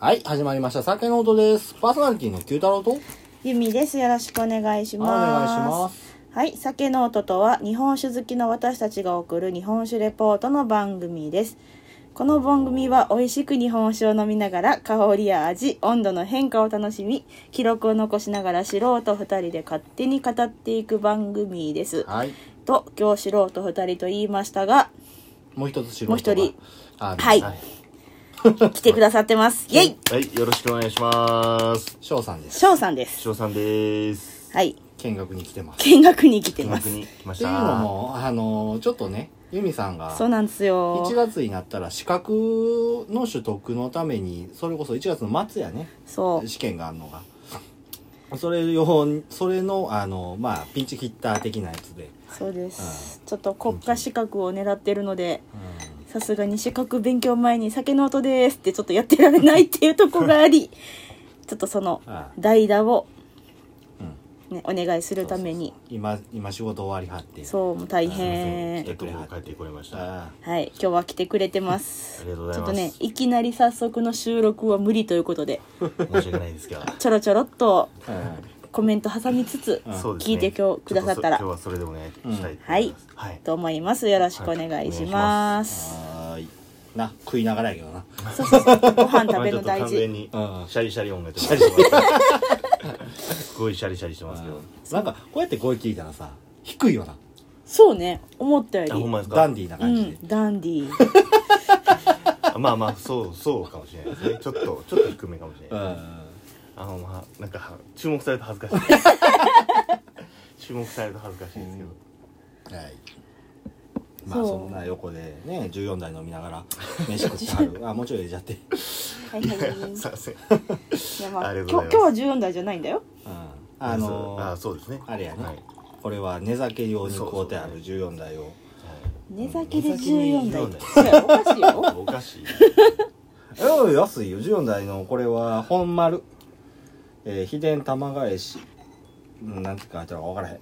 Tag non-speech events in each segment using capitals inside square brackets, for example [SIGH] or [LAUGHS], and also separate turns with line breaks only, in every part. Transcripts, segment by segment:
はい、始まりました。酒の音です。パーソナリティの九太郎と、はい、
ゆみです。よろしくお願いします。
あお願いします
はい、酒の音とは日本酒好きの私たちが送る日本酒レポートの番組です。この番組は美味しく日本酒を飲みながら香りや味、温度の変化を楽しみ、記録を残しながら素人二人で勝手に語っていく番組です。と、今日素人二人と言いました
[LAUGHS]
が、
もう一つ素人が
もう一人。
あ
はい来てくださってます。イェイ
はい、よろしくお願いします。
翔さんです。
翔さんです。
翔さんです。
はい、
見学に来てます。っ
見学に来て
見
ます
学。に来まして
いう
た。
のも、あのーちょっとね、ゆみさんが、
そうなんですよ。
1月になったら資格の取得のために、それこそ1月の末やね、
そう。
試験があるのが。それ用、それの、あのーまあ、ピンチヒッター的なやつで、
そうです、ちょっと国家資格を狙ってるので
う
さすがに資格勉強前に酒の音ですってちょっとやってられないっていうとこがありちょっとその
んあ
代打を、
う
ね、お願いするために
今、今仕事終わりはって。
そうもう大
え
変
えっと、もう帰ってこれました。あ
あ
はい今日は来てくれてます
りがとうご
ち
ざ
ょっ
います。
とねいきなり早速の収録は無理ということで
申し訳ないですが。
ちょろちょろっと
ーうん
コメント挟みつつ
うん
そうですね
聞いて今日くださったら
ちょとそ今日はそれでお願いしたいと
は
思い
い
ます。
と思います
はい。
よろしくお願いします、
はーいな食いながらやけどな
そうそうそうご飯食べるの
まあちょっと
大
完全
事
に、シ
うん
ャリシャリ音が出てます。すごいシャリシャリしてますけど。
なんかこうやって声聞いたらさ低いよな
そうね思ったより
あ、ほんまですか
ダンディーな
う
感じで
ん、ダンディ
[LAUGHS]
ー
あまあまあ、そう、そうかもしれないですね。ちょ
[LAUGHS]
っと、ちょっと低めかもしれ
う
ない。
ん
あの、まあ、なんか、注目されると恥ずかしい [LAUGHS] です。注目されると恥ずかしいですけど。
はいまあ
そう
そんな横でね14台飲みながら飯食ってはるあもうちょい入れちゃってうん
はいはい
[LAUGHS] すいません。
いやまあ
ありがとう
今
ご
日
ざいま
今
す
日は14代じゃないんだよ
あ
そうあ
のー
そうですね
あれやね
はい
これは寝酒用に買うてある
そう
14台を
寝酒で14代
寝酒で14代
そうやおかしいよ
おか [LAUGHS] しい
え安いよ14台のこれは本丸えー秘伝玉返しうんなんて書いてあるか分からへん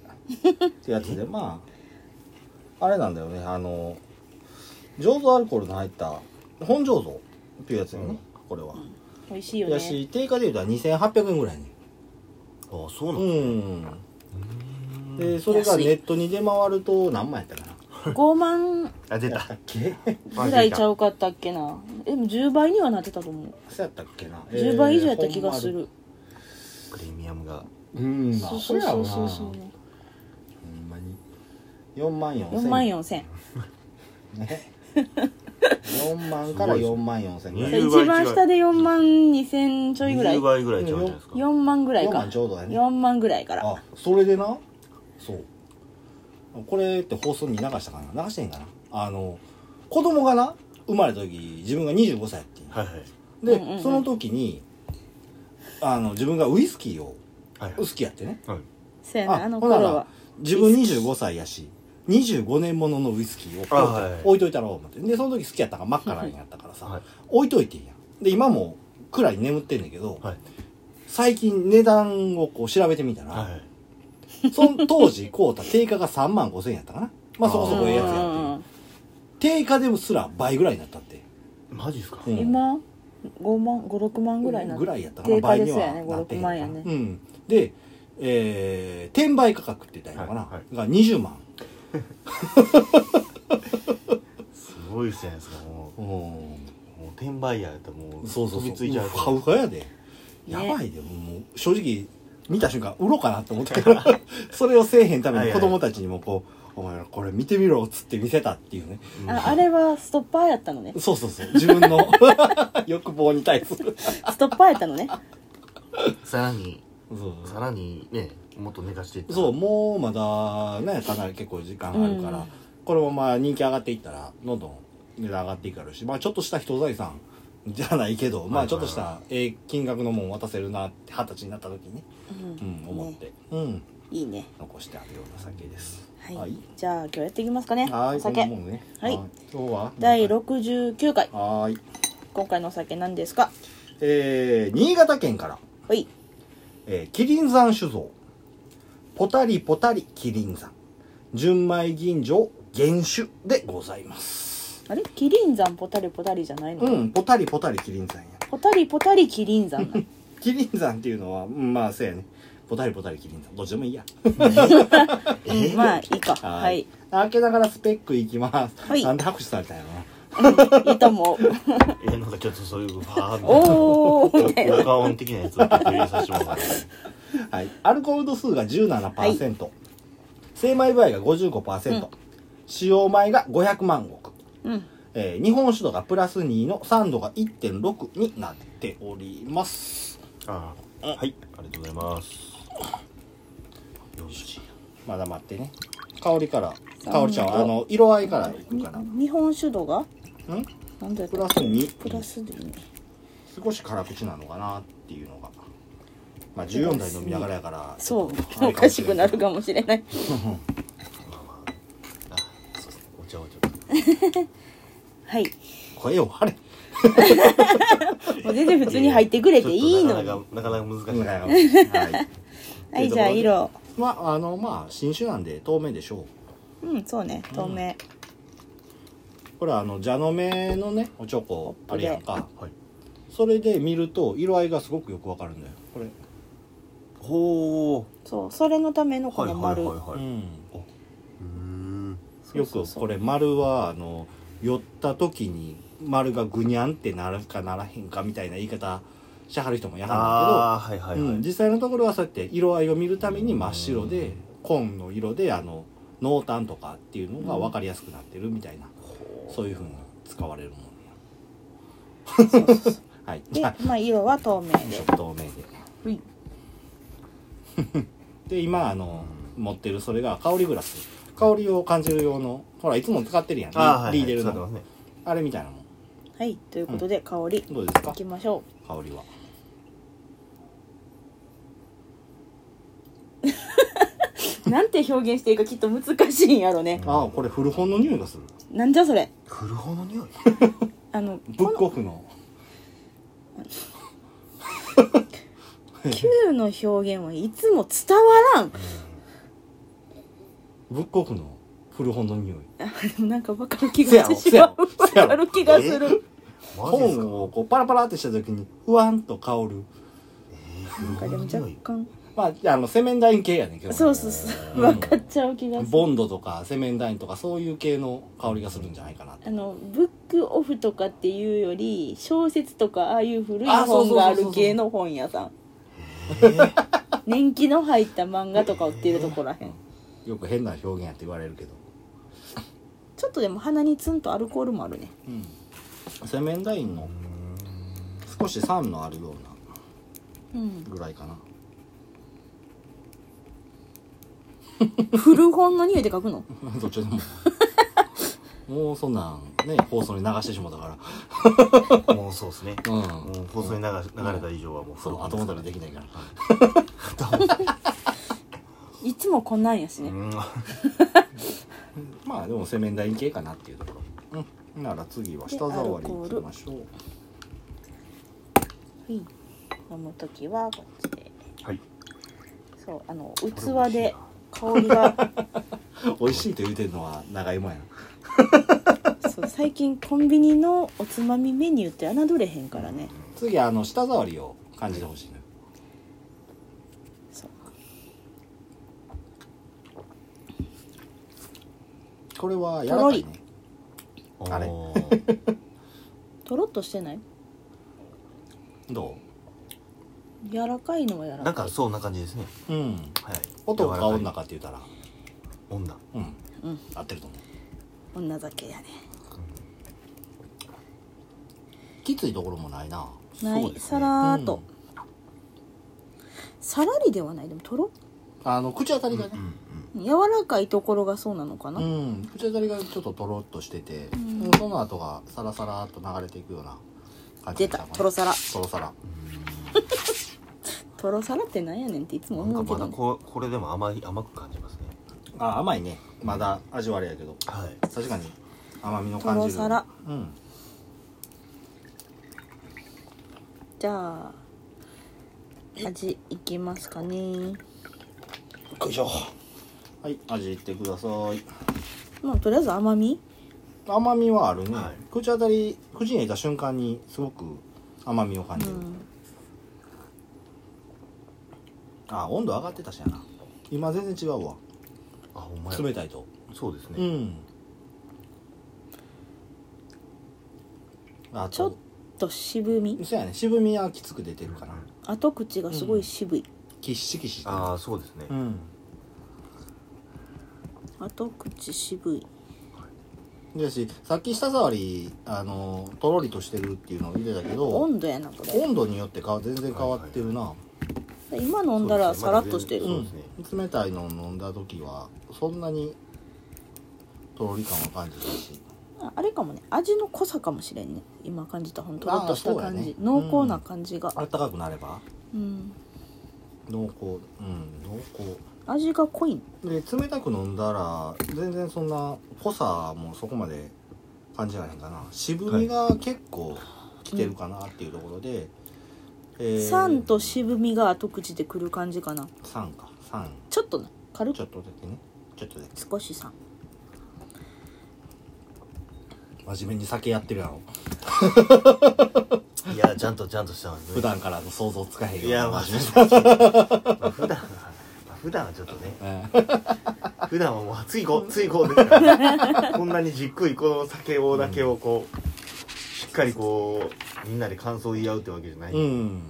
ってやつ
[LAUGHS]
でまああれなんだよねあの醸造アルコールの入った本醸造っていうやつよね、
うん
これは、
美味しいよ
や
ね
し定価でいうと2800円ぐらいね
あそうな
う
の
んでそれが
安い
ネットに出回ると何万やったかな
[LAUGHS] 5万
あ出た
け
ぐらいちゃうかったっけなでも10倍にはなってたと思う
そうやったっけな
10倍以上やった気がする、
プレミアムが
うんまあ
そう
そ
そう
うや
そ
ろ
う
な
そう
ほ
そうん
まに4万4
4万4000
4万から4万4千ぐらい
す
一
ごい
番下で4万2000ちょいぐらい
10倍ぐらいちゃうんじゃないですか
4万ぐらい
4
か
万ちょうどだね
4万ぐらいから
あそれでなそうこれって放送に流したかな流してへんかなあの子供がな生まれた時自分が25歳やって
はいはい
んで、
うんうんうん
その時にあの自分がウイスキーを
はい
好きやってね
はい
そうやなあの
ほ
頃
な
は
ら自分25歳やし25年もののウイスキーを
あはい
置いといたろう思ってでその時好きやったから真っ赤にやったからさ、
[LAUGHS] はい
置いといてんやんで今も蔵に眠ってんねんけど、
はい
最近値段をこう調べてみたら、
はい
その当時買うた定価が3万5千円やったかなまあそこそこええやつ
う
やって
ん
定価でもすら倍ぐらいになったって、
マジですか
うん
今5万56万ぐらいな
ぐらいやったかな
定価
倍
で
に
す
は
よね
なってへん
56万やね
うんでえー、転売価格って言ったらいいのかな、
はいは
が20万
すごいっすねですかもうもう転売ヤーやったらもう
そうそうそう
飛びついちゃう
ふかうかやで、やばいでもう正直見た瞬間売ろうかなと思ったけどそれをせえへんために子供たちにもこう「お前らこれ見てみろ」っつって見せたっていうね
ああれはストッパーやったのね
そうそうそう。自分の [LAUGHS] 欲望に対する。
ストッパーやったのね
さらにさ
そ
らにねもっと寝かしていった
う。
ら
そう、もうまだね、かなり結構時間あるから、
うん
このまま人気上がっていったら、どんどん値段上がっていくだろうし、まあちょっとした人財産じゃないけど、まあちょっとしたええ金額のもん渡せるなって、二十歳になった時にね、
う
うんん、思って、うん、
いいね
残してあるような酒です。
はい、じゃあ今日やっていきますかね
はい、
お
こん
酒
なもんね。
はい
今日は
第69回
はーい。
今回のお酒何ですか
えー、新潟県から。
ほい
えー、キリン山酒造。ポタリポタリキリン山。純米吟醸原酒でございます。
あれキリン山ポタリポタリじゃないの、
うん、ポタリポタリキリン山や。
ポタリポタリキリン山なの
キリン山っていうのはうんまあそうやねポタリポタリキリン山どっちでもいいや
うんまあいいかはいい
開けながらスペックいきます、
はい
なんで拍手されたんやろない
と思う
えなんかちょっとそういうファー
おお
ン効果音的なやつをちょっと入れさせてもらって
はい、アルコール度数が17%、
はい
精米部合が55%、
うん
使用米が500万石、
うん
えー日本酒度がプラス2の酸度が1.6になっております
ああはいありがとうございますよし
まだ待ってね香りから
酸度
香りちゃんあの色合いからいくかな
日本酒度が
うん
なんだっ
プ
た
ラス2
プラスでいいね
少し辛口なのかなっていうのがまあ14台飲みながらやから
そ
ちょっと
うおかしくなるかもしれない
まあまああそうですねお茶をちょっ
はい
声を張れ
もう全然普通に入ってくれ
と
ていいの
ちょっ
に
となかなかなかなか難しい、
[LAUGHS]
はい
はいじゃあ色
まああのまあ新種なんで透明でしょう
うんそうね透明
これあの蛇の目のねおチョコ
コッ
あ
プ
れ
で
やんか
はい
それで見ると色合いがすごくよくわかるんだよこれ、
ほ
そうそれのための
う
こ
はい
の
はい
丸
は
う
いはい
ん、
うーん
そう
よ
そう
く
そう
これ丸はあの寄った時に丸がぐにゃんってなるかならへんかみたいな言い方しはる人もやは
あーはいは
る
い
んだけど、
はい、
うん、実際のところはそうやって色合いを見るために真っ白で紺の色であの濃淡とかっていうのが分かりやすくなってるみたいな、そういうふうに使われるもんや [LAUGHS] はい
で
じゃあ
まあ色は透明で
透明で
はい
で今あの持ってるそれが香りグラス香りを感じる用のほらいつも使ってるやんリ
あーはいはい
リーデル
使ってま
の
すね
あれみたいなもん
はいということで香り
どうですか
いきましょ
香りは
うなんて表現していいかきっと難しいんやろね
ああこれ古本の匂いがする
なんじゃそれ
古本の匂い
あの
ブックオフの
9の表現はいつも伝わらん [LAUGHS]
ブックオフの古本の匂い
あでもなんかわかる気がす
せ
る
や
わ
ろせやろ
かる気がする
マジですか
本をこうパラパラってした時にふわんと香る
なんかでも若干
まああのセメンダイン系やねんけど
そうそうそう分かっちゃう気がする
ボンドとかセメンダインとかそういう系の香りがするんじゃないかなって
あのブックオフとかっていうより小説とかああいう古い
あそう
本
そう
が
そ
あ
うそう
る系の本屋さん年季の入った漫画とか売ってるとこらへん
よく変な表現やって言われるけど
ちょっとでも鼻にツンとアルコールもあるね
うんセメンダインの少し酸のあるような
うん
ぐらいかな [LAUGHS]
古本の匂いで書くの
どっちでも
[LAUGHS]
もうそんなんね放送に流してしまったか
もうそうですね
らうん
もう放送に流し流れた以上はもう
そう
古
後
本です
戻りできないから
いつもこんなんやしね
うん
まあでもセメンダイン系かなっていうところうんなら次は舌触りいきましょう
はい飲む時はこっちで
はい
そうあの器で香りが
美味しいと言うてるのは長芋やな
そう最近コンビニのおつまみメニューって侮れへんからね
次あの舌触りを感じてほしいのよ
そう
これは柔らかいね [LAUGHS] あれ
おー
とろっとしてない
ど
柔らかいのは柔ら
なん
か
かそんな感じですね
ううん
はい
音が
柔ら
女
か
かって言ったら
い女
うん
いうん
合ってると思う
女酒やね
きついところもないな
ない、
そうですね
さらーっと、さらりではないでもとろ
あの口当たりがね、
柔らかいところがそうなのかな、
うん、口当たりがちょっととろっとしてて、
うん
その後がサラサラっと流れていくような感じ
出たとろさら
とろさら
とろさらってなんやねんっていつも
な
思
ん
う
か
け
ま
ど、
だ
ね、
ここれでも甘い甘く感じますね
あ甘いねまだ味わりやけど
はい
確かに甘みの感じる
とろさら
うん
じゃあ味いきますかね
よいしょはい味いってください
まあとりあえず甘み
甘みはあるね、
はい
口当たり口に入れた瞬間にすごく甘みを感
う
じる、
ん
あ温度上がってたしやな今全然違うわ
あほんまや
冷たいと
そうです
う
ね、
んあ
ちょっと渋み
そうやね渋みはきつく出てるかな
後口がすごい渋い、
きっしきししてる
ああそうですね、
うん
後口渋い
だしさっき舌触りあのとろりとしてるっていうのを言ってたけど
温度やなこれ
温度によってか全然変わってるな、
今飲んだらさらっとしてる、
そうですね
うん、冷たいのを飲んだ時はそんなにとろり感は感じたし
ああれかもね味の濃さかもしれんね今感じたほんとろっとした
あーそうや
感
ね
じ、
うん
濃厚な感じが
あったかくなれば
うん
濃厚うん濃厚
味が濃いん
で冷たく飲んだら全然そんな濃さもそこまで感じられへんかな渋みが結構きてるかなっていうところで、えー
酸と渋みが後口でくる感じかな
酸か酸
ちょっとな軽
ち
く
ょっとだけねちょっとだけ
少し酸
真面目に酒やってるやろ
いやちゃんとちゃんとしたのね
普段からの想像つかへんよ
いやまあ
真面
まあ普段は、まあ、普段はちょっと
[LAUGHS]
ね
目に
普段はもうついこうついこうですからこんなにじっくりこの酒をだけをこう、しっかりこうみんなで感想を言い合うってわけじゃない、
うん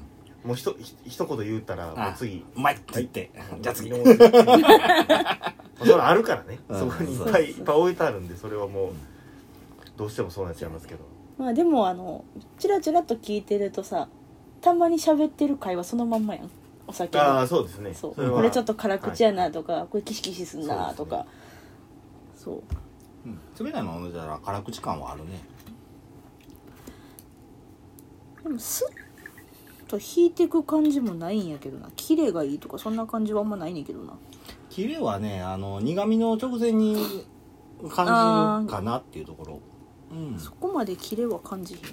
もうひとひ一言言ったらもう次
うまいって言ってじゃあ次
もう次それはあるからね、
うん
そこにいっぱい
そ
い
うそう
っぱい置いてあるんでそれはもうどうしてもそうなっちゃいますけど
まあでもあのチラチラと聞いてるとさたまに喋ってる会話そのまんまやんお酒
あ
の
あそうですね
そう
それは
これちょっと辛口やなとか、これキシキシすんなとかそう,、
うん冷たいの飲んだら辛口感はあるね
でもスッと引いてく感じもないんやけどなキレがいいとかそんな感じはあんまないねんけどな
キレはねあの苦味の直前に感じるかなっていうところうん
そこまでキレは感じひん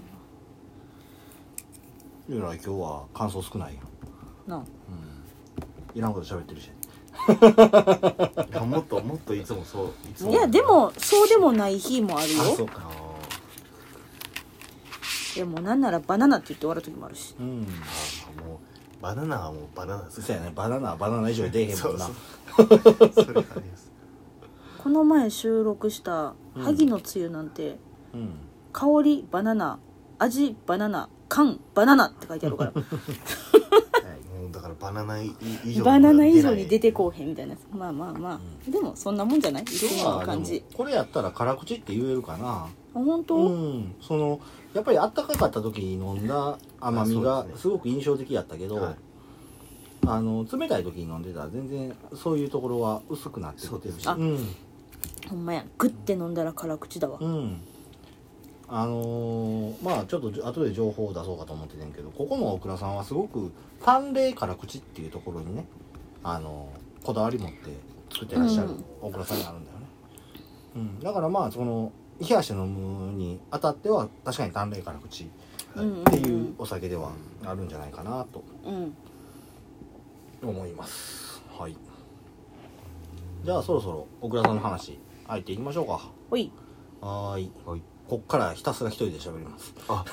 ゆら今日は感想少ないよ、
ななあ
いらんこと喋ってるし
いやもっともっといつもそういつも
いやでもそうでもない日もあるよ
そう
あ
か
の
いやもうなんならバナナって言って終わる時もあるし
うん
ーもうバナナはもうバナナです
そうやねバナナはバナナ以上に出えへんもんな
そうそうそ [LAUGHS] れあれです
この前収録した「
うん
萩の梅雨」なんて、
うん
香りバナナ味バナナ缶バナナって書いてあるから
[LAUGHS]
もうだからバナナ以上
バナナ以上に出てこうへんみたいなまあまあまあ、でもそんなもんじゃないいつも
今
の
はで
感
も
じ
これやったら辛口って言えるかな
あ本当、
うんそのやっぱりあったかかった時に飲んだ甘み
あ
が
そうですね
すごく印象的やったけど、
はい
あの冷たい時に飲んでたら全然そういうところは薄くなってきてるし
そうです
ん
ほんまやグッて飲んだら辛口だわ、
うんあのーまあちょっと後で情報を出そうかと思っててんけどここの大倉さんはすごく淡麗から口っていうところにね、あのーこだわり持って作ってらっしゃる
うん
大倉さんにあるんだよね、うんだからまあその冷やして飲むにあたっては確かに淡麗から口っ
うんうんうん
ていうお酒ではあるんじゃないかなと
うん
思いますはいじゃあそろそろ大倉さんの話入っていきましょうか
ほい
はーい
はい
こっからひたすら一人で喋ります。
あ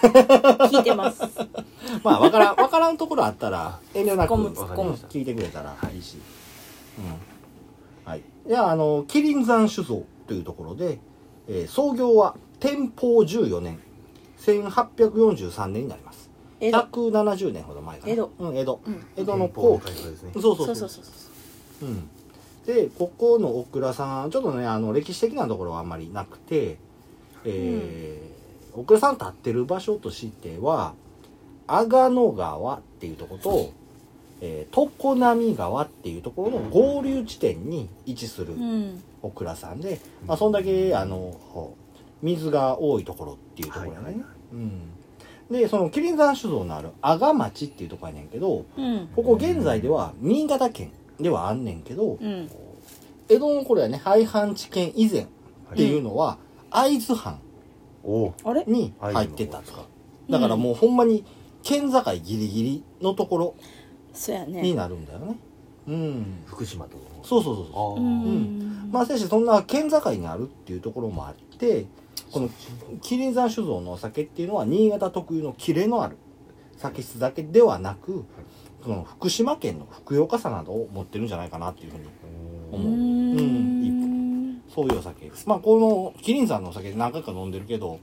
聞いてます
[LAUGHS] まあ、わからん、 [LAUGHS] わからんところあったら、遠慮なく
突っ込む突っ
込む
聞いてくれたらいいし。うん。はい。じゃあ、あの、麒麟山酒造というところで、えー創業は天保14年、1843年になります。
江戸
170年ほど前かな。
江戸
うん、江戸。
うん
江戸の後期。
ですね
そうそう
そ
そうう
そ
そうう
そうそ
う
う
ん、でここの大倉さんちょっとねあの歴史的なところはあんまりなくて、えー大倉さん立ってる場所としては阿賀野川っていうとこと、えー常浪川っていうところの合流地点に位置する
うん
大倉さんで、まあ、そんだけあの水が多いところっていうところやね、
はいはいはい
うん、でその麒麟山酒造のある阿賀町っていうところやねんけど、
うん
ここ現在では新潟県ではあんねんけど、
うん
江戸の頃やね、廃藩置県以前っていうのは、会津藩
おお
あれ
に入ってた
会津
と
の方。
だからもうほんまに県境ギリギリのところ
そうやね
になるんだよね。うん。
福島と
そうそうそう
あ
そ
うん
ー
う。まあ、せやしそんな県境にあるっていうところもあって、この
そっち
麒麟山酒造のお酒っていうのは新潟特有のキレのある酒質だけではなく、その福島県の福岡さなどを持ってるんじゃないかなっていうふうに
うー
思う。
ん
そういうお酒です。まあ、この、キリンさんのお酒何回か飲んでるけど、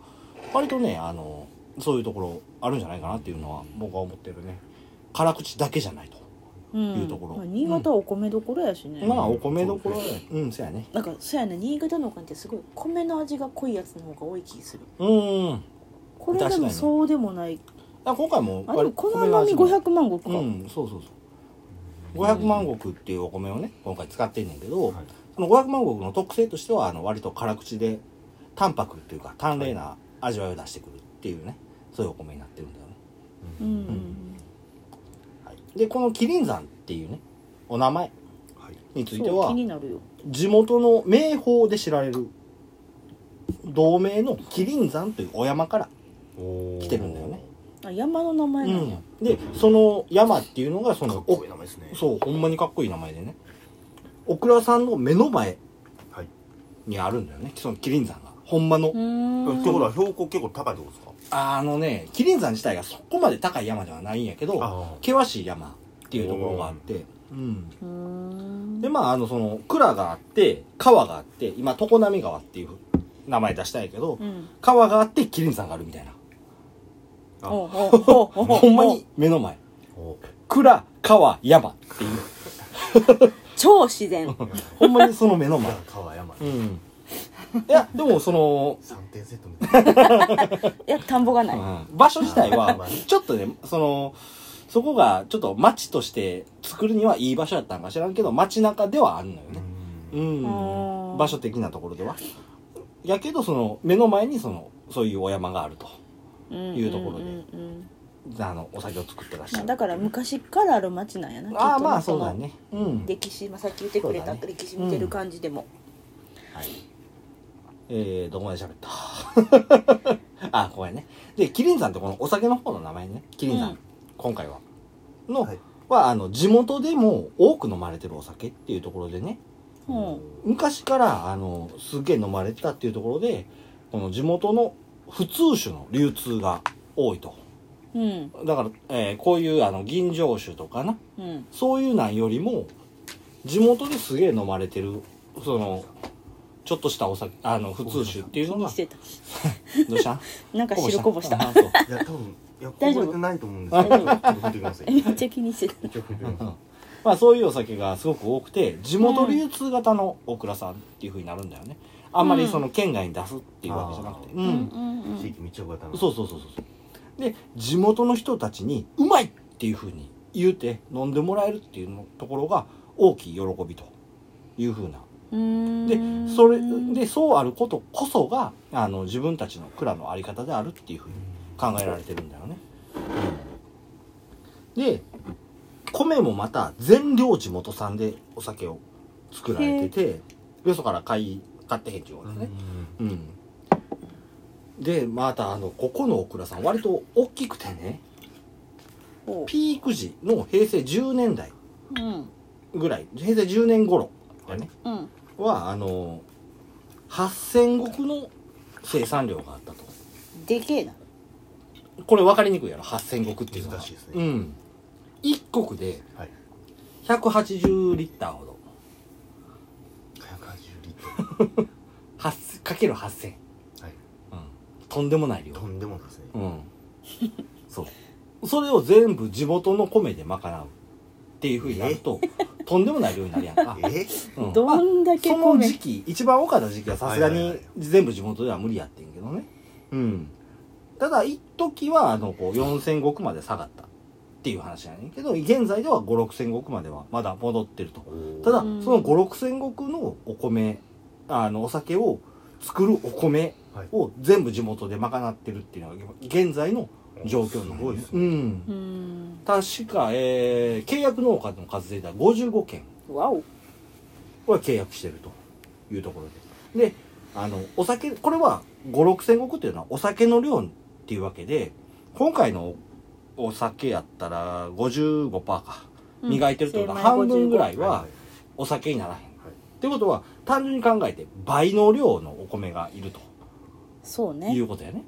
割とね、あの、そういうところあるんじゃないかなっていうのは、僕は思ってるね。辛口だけじゃないと。
うん
いうところ
まあ新潟はお米どころやしね、
まあ、お米どころで、うん、そうやね。
なんかそうやね新潟のお米ってすごい米の味が濃いやつの方が多い気する
うん。
これで
確か
も
に
そうでもない
あ今回も、
あでもこの
米
甘み
味も
500万石か、
うん、そうそうそう。500万石っていうお米をね、今回使ってんねんけど、
はい
その500万石の特性としては、あの、割と辛口で、淡白っていうか、淡麗な味わいを出してくるっていうね、そういうお米になってるんだよね。
うんうん
で、この麒麟山っていうね、お名前
はい
につ
そう
いて
気
は、
になるよ
地元の名峰で知られる、同名の麒麟山というお山から
おー
来てるんだよね
あ山の名前
う
なんや、
ん、でその山っていうのがそ
かっ
の
こいい名前ですね
おそうほんまにかっこいい名前でねオクラさんの目の前
はい
にあるんだよねその麒麟山がほんまの、
うーん
ってことは標高結構高いってことですか
あのね麒麟山自体がそこまで高い山ではないんやけど
あ
険しい山っていうところがあって、うん、
うーん
でまああのその蔵があって川があって今常滑川っていう名前出したいけど、
うん
川があって麒麟山があるみたいな
あ
おうおうおうおうおう
[LAUGHS] ほんまに目の前蔵川山っていう
超
[LAUGHS]
自然
ほんまにその目の
[LAUGHS]
前
川山
うん。いや、でもその、
三点セットみたいない
や田んぼがない、
場所自体
ま
は
あ、
ちょっとね、その、そこがちょっと街として作るにはいい場所やったんか知らんけど、街中ではあるのよね。う
あー
ん。場所的なところでは。やけど、その、目の前にその、そういうお山があると。
ん
いうところで
んうんうん
あの、お酒を作ってらっしゃ
まあ
る。
だから昔からある町なんやな
ああ、
きっとね
まあそうだね。うん。
歴史、まあ、さっき言ってくれた、
そうだね
歴史見てる感じでも、
はい。えー、どこまで喋った [LAUGHS] あ、ここやね。で、キリンさんってこのお酒の方の名前ね。キリンさん。
うん
今回は。の、
はい
は、あの、地元でも多く飲まれてるお酒っていうところでね。
うん
昔から、あの、すげえ飲まれてたっていうところで、この地元の普通酒の流通が多いと。
うん
だから、えーこういう、あの、吟醸酒とかな。
うん
そういうなんよりも、地元ですげえ飲まれてる、その、ちょっとしたお酒、あの、普通酒っていうの
気に
が
し、てた
どうしたん
なんか汁こぼした
あそう
や多分いやこぼ
大
れ
丈夫
てないと思うんですけどちょっと拭いてきます
めっちゃ気にしてた
一応拭いてきます
まあそういうお酒がすごく多くて、地元流通型の大倉さんっていう風になるんだよね。あんまりその県外に出すっていうわけじゃなくて。う。
うんんうん
地域密着型の
そうそうそうそう。で、地元の人たちに、うまいっていう風に言うて飲んでもらえるっていうのところが大きい喜びという風な
うん
でそれでそうあることこそがあの自分たちの蔵の在り方であるっていうふうに考えられてるんだよね。で米もまた全量地元産でお酒を作られててよそから買い買ってへんっていうこと
う
だ
ん
ね。うんでまたあのここのオクラさん割と大きくてね
おう
ピーク時の平成10年代
うん
ぐらい平成10年頃だね。
うん
はあの8,000石の生産量があったと
でけえな
これ分かりにくいやろ8,000石っていうのは
難しいですね
うん1石で
はい
180リッターほど
180リット
8かける8,000、
ルはい
うん、とんでもない量
とんでもないですね、
うんそうそれを全部地元の米で賄うっていうふうになるととんでもない量になるやんか
え
うん
どんだけ
その
米
時期一番多かった時期はさすが
はいはい
に
はい
全部地元では無理やってんけどねうんただ一時はあのこう4000石まで下がったっていう話やねんけど現在では56000石まではまだ戻ってるとただ
う
そ
ん
の56000石のお米あのお酒を作るお米を全部地元で賄ってるっていうのが現在の状況
す
の
ごいです
う
ね
ん
うん
確か、えー、契約農家の数で言ったら55件
わお
は契約してるというところで。で、あの、お酒、これは5、6千石っていうのはお酒の量っていうわけで、今回のお酒やったら55%か。
うん
磨いてるってことは
精米
半分ぐら
55
いはお酒にならへん。
はい
ってことは、単純に考えて倍の量のお米がいると
そう
い
ね
うことやね。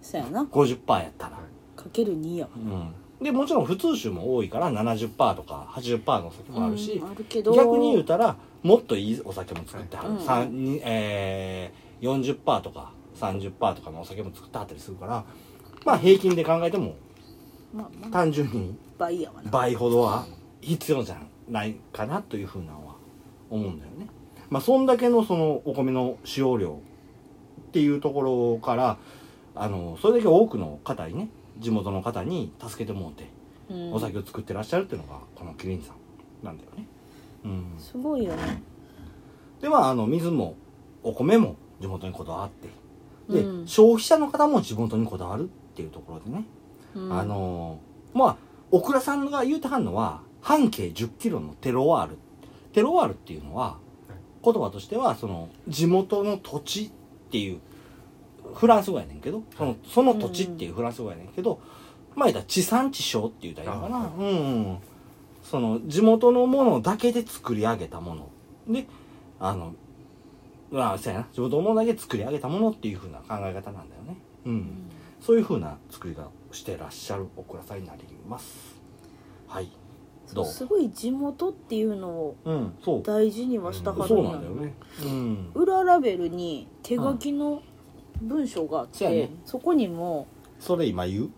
そうやな
50%やったら。
は
かける2やわ
うん、でもちろん普通酒も多いから70%とか80%のお酒もあるし、
うんあるけど
逆に言うたらもっといいお酒も作ってはる、
うん
さんにえー、40%とか30%とかのお酒も作ってはったりするからまあ平均で考えても
まあまあ
単純に
倍やわな
倍ほどは必要じゃないかなというふうなのは思うんだよね。まあそんだけのそのお米の使用量っていうところからあのそれだけ多くの方にね地元の方に助けてもろて
うん
お酒を作ってらっしゃるっていうのがこのキリンさんなんだよね。うん、
すごいよね
でまああの水もお米も地元にこだわってで、
うん
消費者の方も地元にこだわるっていうところでね、
うん
あのーまあオクラさんが言うてはんのは半径1 0キロのテロワールテロワールっていうのは言葉としてはその地元の土地っていうフランス語やねんけどそのその土地っていうフランス語やねんけど、まあ言ったら地産地消って言うたらいいのか
あ
な
は、
うんうん、その地元のものだけで作り上げたものであのまあそうやな地元のものだけ作り上げたものっていうふうな考え方なんだよね、うん
うん
そういうふうな作りをしてらっしゃるお蔵さんになりますはいどう
すごい地元っていうのを
うんそう
大事にはしたはる
そうん
や
なんだよねうん
裏ラベルに手書きの文章があっ
うんそうや
て、
ね
そこにも
それ今言う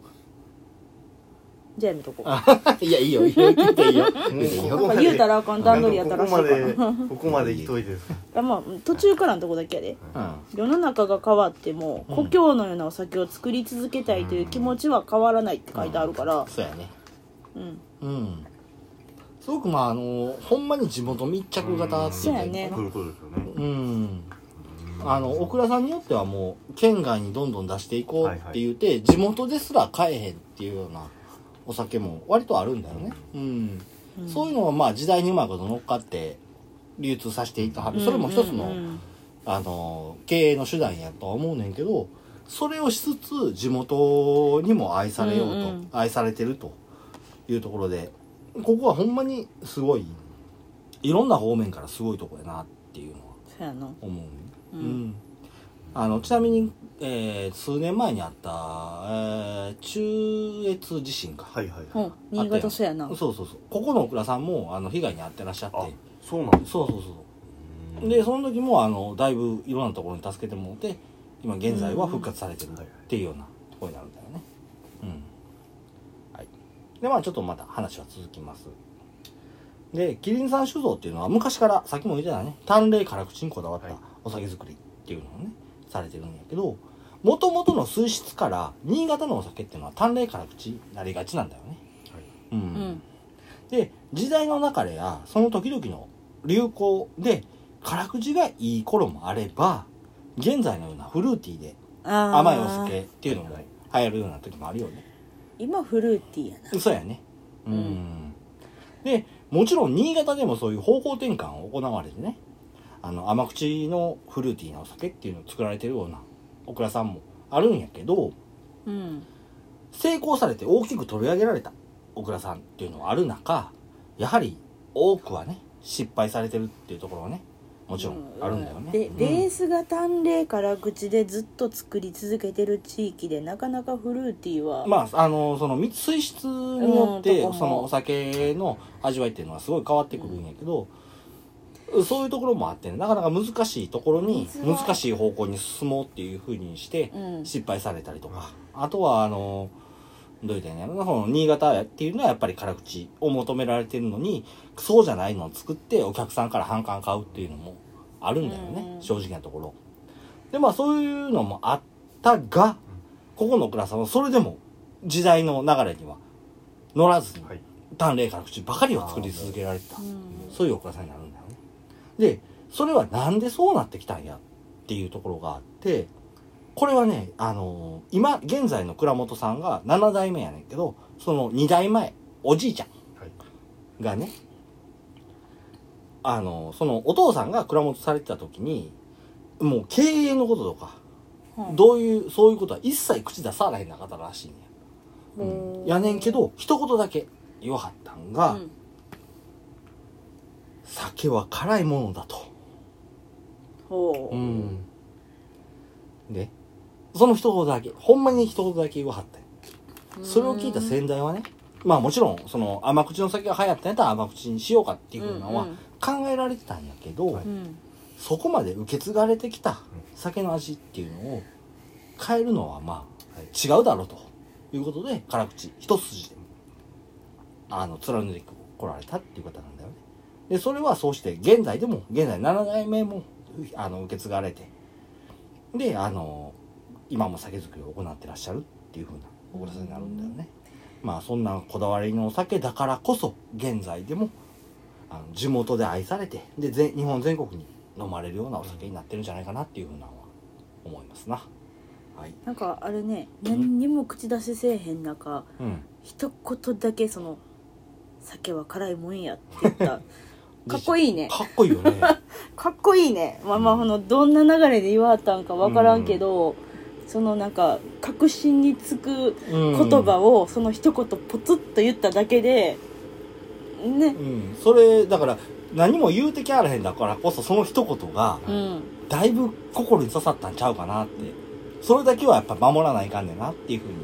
じゃあやめとこう
あ [LAUGHS] いやいいよ言ってていいよ
ここ
なん
ま
か
で
言うたらあかん段取りや
な
っ
ん
た
からこ
しい
こ
か
ま
ら
でここまで一人です
あまあ途中からのとこだけやで
うん
世の中が変わっても
うん
故郷のようなお酒を作り続けたいという気持ちは変わらないって書いてあるから
そうやね
うん
うんすごくまああのほんまに地元密着型っていうか
そうやね
くるくるですよね
うんあのオクラさんによってはもう県外にどんどん出していこうって言って、地元ですら買えへんっていうようなお酒も割とあるんだよねうん、
うん
そういうのはまあ時代にうまいこと乗っかって流通させていったはる、それも一つの、
うんうん
あの経営の手段やとは思うねんけどそれをしつつ地元にも愛されようと、
うんうん
愛されてるというところでここはほんまにすごいいろんな方面からすごいとこやなっていうのは
そうやな
思うね、
うん
あのちなみに、えー数年前にあった、えー中越地震か、
はいはい
うん新潟そうやな
そうそうそうここの倉さんもあの被害に遭ってらっしゃって
あそうなんです
そうそうそうでその時もあのだいぶいろんなところに助けてもらって今現在は復活されてるっていうようなところになるんだよねうんはいでまあちょっとまた話は続きますでキリンさん酒造っていうのは昔からさっきも言ってたね淡麗辛口にこだわっ
はい
たお酒造りっていうのをねされてるんやけどもともとの水質から新潟のお酒っていうのは淡麗辛口になりがちなんだよねう
うんん
で時代の中でやその時々の流行で辛口がいい頃もあれば現在のようなフルーティーで
あー
甘いお酒っていうのも流行るような時もあるよね
今フルーティーやな
そうやねうん、
う
でもちろん新潟でもそういう方向転換を行われてねあの甘口のフルーティーなお酒っていうのを作られてるようなお蔵さんもあるんやけど
うん
成功されて大きく取り上げられた小倉さんっていうのはある中やはり多くはね失敗されてるっていうところはねもちろんあるんだよね、
で
うん
ベースが淡麗から口でずっと作り続けてる地域でなかなかフルーティーは、
まああのそのみ水質によって
うんとこも
そのお酒の味わいっていうのはすごい変わってくるんやけど、そういうところもあってねなかなか難しいところに
水は
難しい方向に進もうっていうふうにして、
うん、
失敗されたりとか、あとはあのどう言ったらいいんやろなその新潟っていうのはやっぱり辛口を求められてるのにそうじゃないのを作ってお客さんから反感買うっていうのもあるんだよね、
うん
正直なところでまあそういうのもあったがここの倉さんはそれでも時代の流れには乗らずに
はい
淡麗辛口ばかりを作り続けられてた
うん
そういうお蔵さんになるんだよね。で、それはなんでそうなってきたんやっていうところがあって、これはね、あのー今、現在の倉本さんが7代目やねんけど、その2代前、おじいちゃ
はい
んがね、あのーそのお父さんが倉本されてた時に、もう経営のこととか、
うん
どういう、そういうことは一切口出されへんなかったらしいね
うんん
や。やねんけど、一言だけ言わはったん
う
が、
ん
酒は辛いものだと。
ほう、
うんでその一言だけほんまに一言だけ言わはったんよ
う
それを聞いた先代はねまあもちろんその甘口の酒が流行ったんやったら甘口にしようかっていうふうなのは
うんうん
考えられてたんやけど、
うん
そこまで受け継がれてきた酒の味っていうのを変えるのはまあ
はい
違うだろうということで辛口一筋であの貫いてこられたっていうことなんだよねでそれはそうして現在でも現在7代目もあの受け継がれてであの今も酒造りを行ってらっしゃるっていうふうなお暮らせになるんだよねまあそんなこだわりのお酒だからこそ現在でもあの地元で愛されてで全日本全国に飲まれるようなお酒になってるんじゃないかなっていうふうなのは思いますなはい
なんかあれね何にも口出しせえへん中
うん
一言だけその「酒は辛いもんや」って言った
[LAUGHS]
かっこいいね
かっこいいよ
[LAUGHS]
ね
かっこいいねまあまあこのどんな流れで言わはったんか分からんけど、そのなんか確信につく
言
言葉をその一言ポツッと言っただけでね
うんそれだから何も言うてきゃあらへんだからこそその一言が
うん
だいぶ心に刺さったんちゃうかなってそれだけはやっぱ守らないかんねんなっていうふうに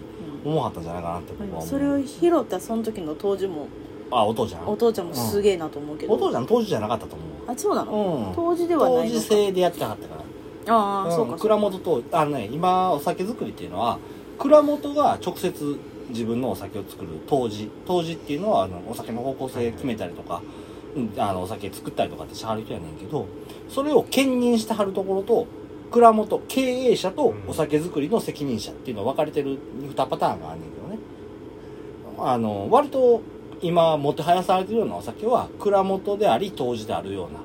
思わはったんじゃないかなって僕は思う
それを拾ったその時の当時も
あお父ちゃん
お
お
父ちゃんもすげえなと思うけど、
父ちゃん当時じゃなかったと思
あそうなの、
う、うん、
当時ではない
当
の
時
か
制でやってなかったから
ああ、そううんか
蔵元とあのね今お酒作りっていうのは蔵元が直接自分のお酒を作る杜氏杜氏っていうのはあのお酒の方向性決めたりとか、うんあのお酒作ったりとかってしはる人やねんけどそれを兼任してはるところと蔵元経営者とお酒作りの責任者っていうのは分かれてる2パターンがあんねんけどねあの割と今もてはやされてるようなお酒は蔵元であり杜氏であるような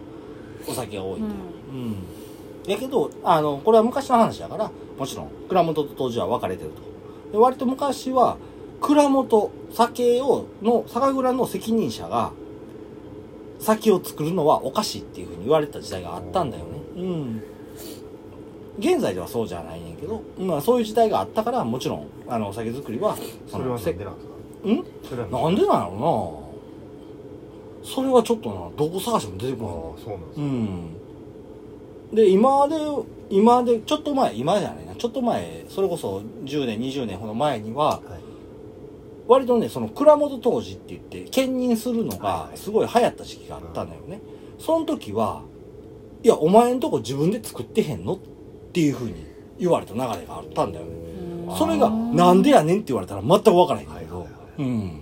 お酒が多いんだよ、うんやけどあのこれは昔の話だからもちろん蔵元と当時は分かれてるとで割と昔は蔵元酒をの酒蔵の責任者が酒を作るのはおかしいっていうふうに言われてた時代があったんだよねうん現在ではそうじゃないねんけど、まあ、そういう時代があったからもちろんあのお酒作りは
それは
せ
なんでなんです
ん
かそれは
なんでなんやろなそれはちょっとなどこ探しても出て
ああ
こない
そうなんです
う
ね
んで今で今でちょっと前今じゃないなちょっと前それこそ10年20年ほど前には
はい
割とねその蔵元当時って言って兼任するのが
はいはい
すごい流行った時期があったのよねその時はいやお前んとこ自分で作ってへんのっていうふうに言われた流れがあったんだよね
うん
それがなんでやねんって言われたら全く分からへんけ
はい
ど
はいはい
うん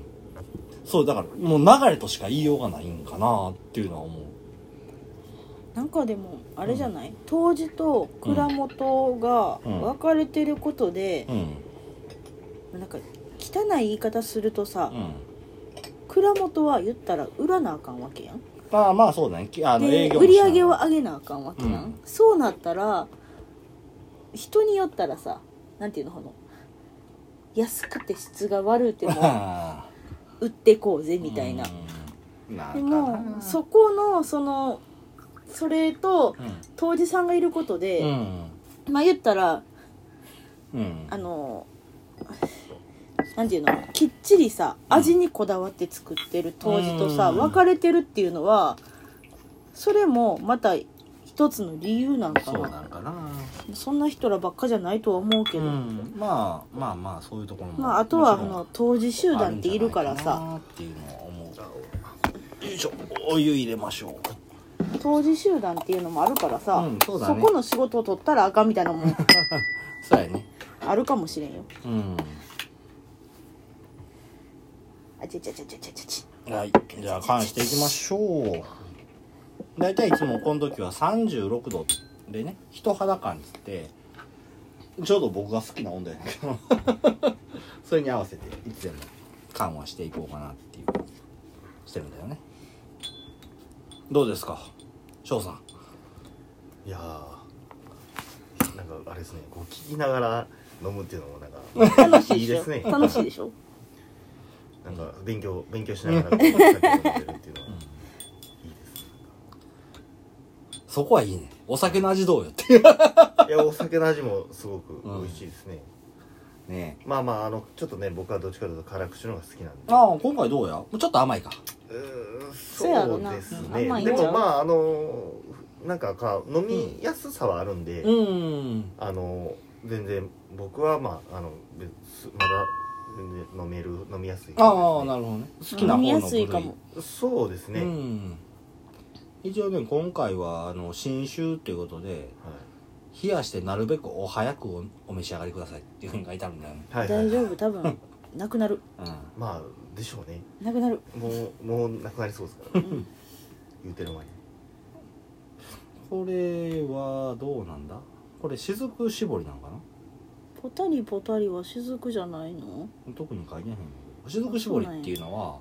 そうだからもう流れとしか言いようがないんかなっていうのは思う
なんかでもあれじゃない当時と蔵元が
うん
分かれてることで
う、ん
なんか汚い言い方するとさ、
うん
蔵元は言ったら売らなあかんわけやん
まあまあそうだねきあの営
で
業
売り上げ
を
を上げなあかんわけやん、
うん
そうなったら人によったらさなんていうのこの安くて質が悪う
[LAUGHS]
ても売ってこうぜみたいな、
な
で
んか
もそこのそのそれと当時さんがいること
う
で、
ん
まあ言ったら
うん
あのなんていうのきっちりさ味にこだわって作ってる当時とさ
うん
分かれてるっていうのはそれもまた一つの理由なんか
そう
な
なんかな
そんな人らばっかじゃないとは思うけ
う
ど、
んまあまあまあそういうところも
まああとはあ
もちろん
の当時集団っているからさ
あるんじゃないかなっていうのは思うよいしょお湯入れましょう
当時集団っていうのもあるからさ、
うんそうだね
この仕事を取ったらあかんみたいなの
[LAUGHS]
も
そうやね
あるかもしれんよ
うん
あちゃちゃちゃちゃちゃち
はいじゃあ缶していきましょう大体いつもこの時は36度でね人肌感っつってちょうど僕が好きな温度やねんけどそれに合わせていつでも緩和していこうかなっていうしてるんだよねどうですか翔さん
いやーなんかあれですねこう聞きながら飲むっていうのもな
[LAUGHS]
んか
ゃ楽しい
いい
で
で
し
す
ょ
ね
楽しいでしょ
なんか勉強勉強しながらこうお酒を飲んでるっていうのは、
そこはいいねお酒の味どうよって
いやお酒の味もすごく美味しいですね、
[LAUGHS] ねえ
まあまああのちょっとね僕はどっちかというと辛口の方が好きなんで
ああ今回どうやもうちょっと甘いか
うーん
うやろ
そう
な
です
うん甘い
ね
んち
で
ゃう
もまああのなんかか飲みやすさはあるんで、
うん
あの全然僕はまああの別まだ全然飲める飲みやすい
ああなるほどね好きな
飲み
方
や
の
すいかも
そうですね、
う
はい、
ん一応ね今回はあの新酒っていうことで冷やしてなるべくお早くおお召し上がりくださいっていうふうに書いてあるんだよね、
はいはい
大丈夫多分なくなる
うん、
まあでしょうね
なくなる
もうもうなくなりそうですから、ね、言うてる前に
これはどうなんだこれ雫絞りなのか
ポタリポタリは雫じゃないの
な特に書いてないんだけど雫絞りっていうのは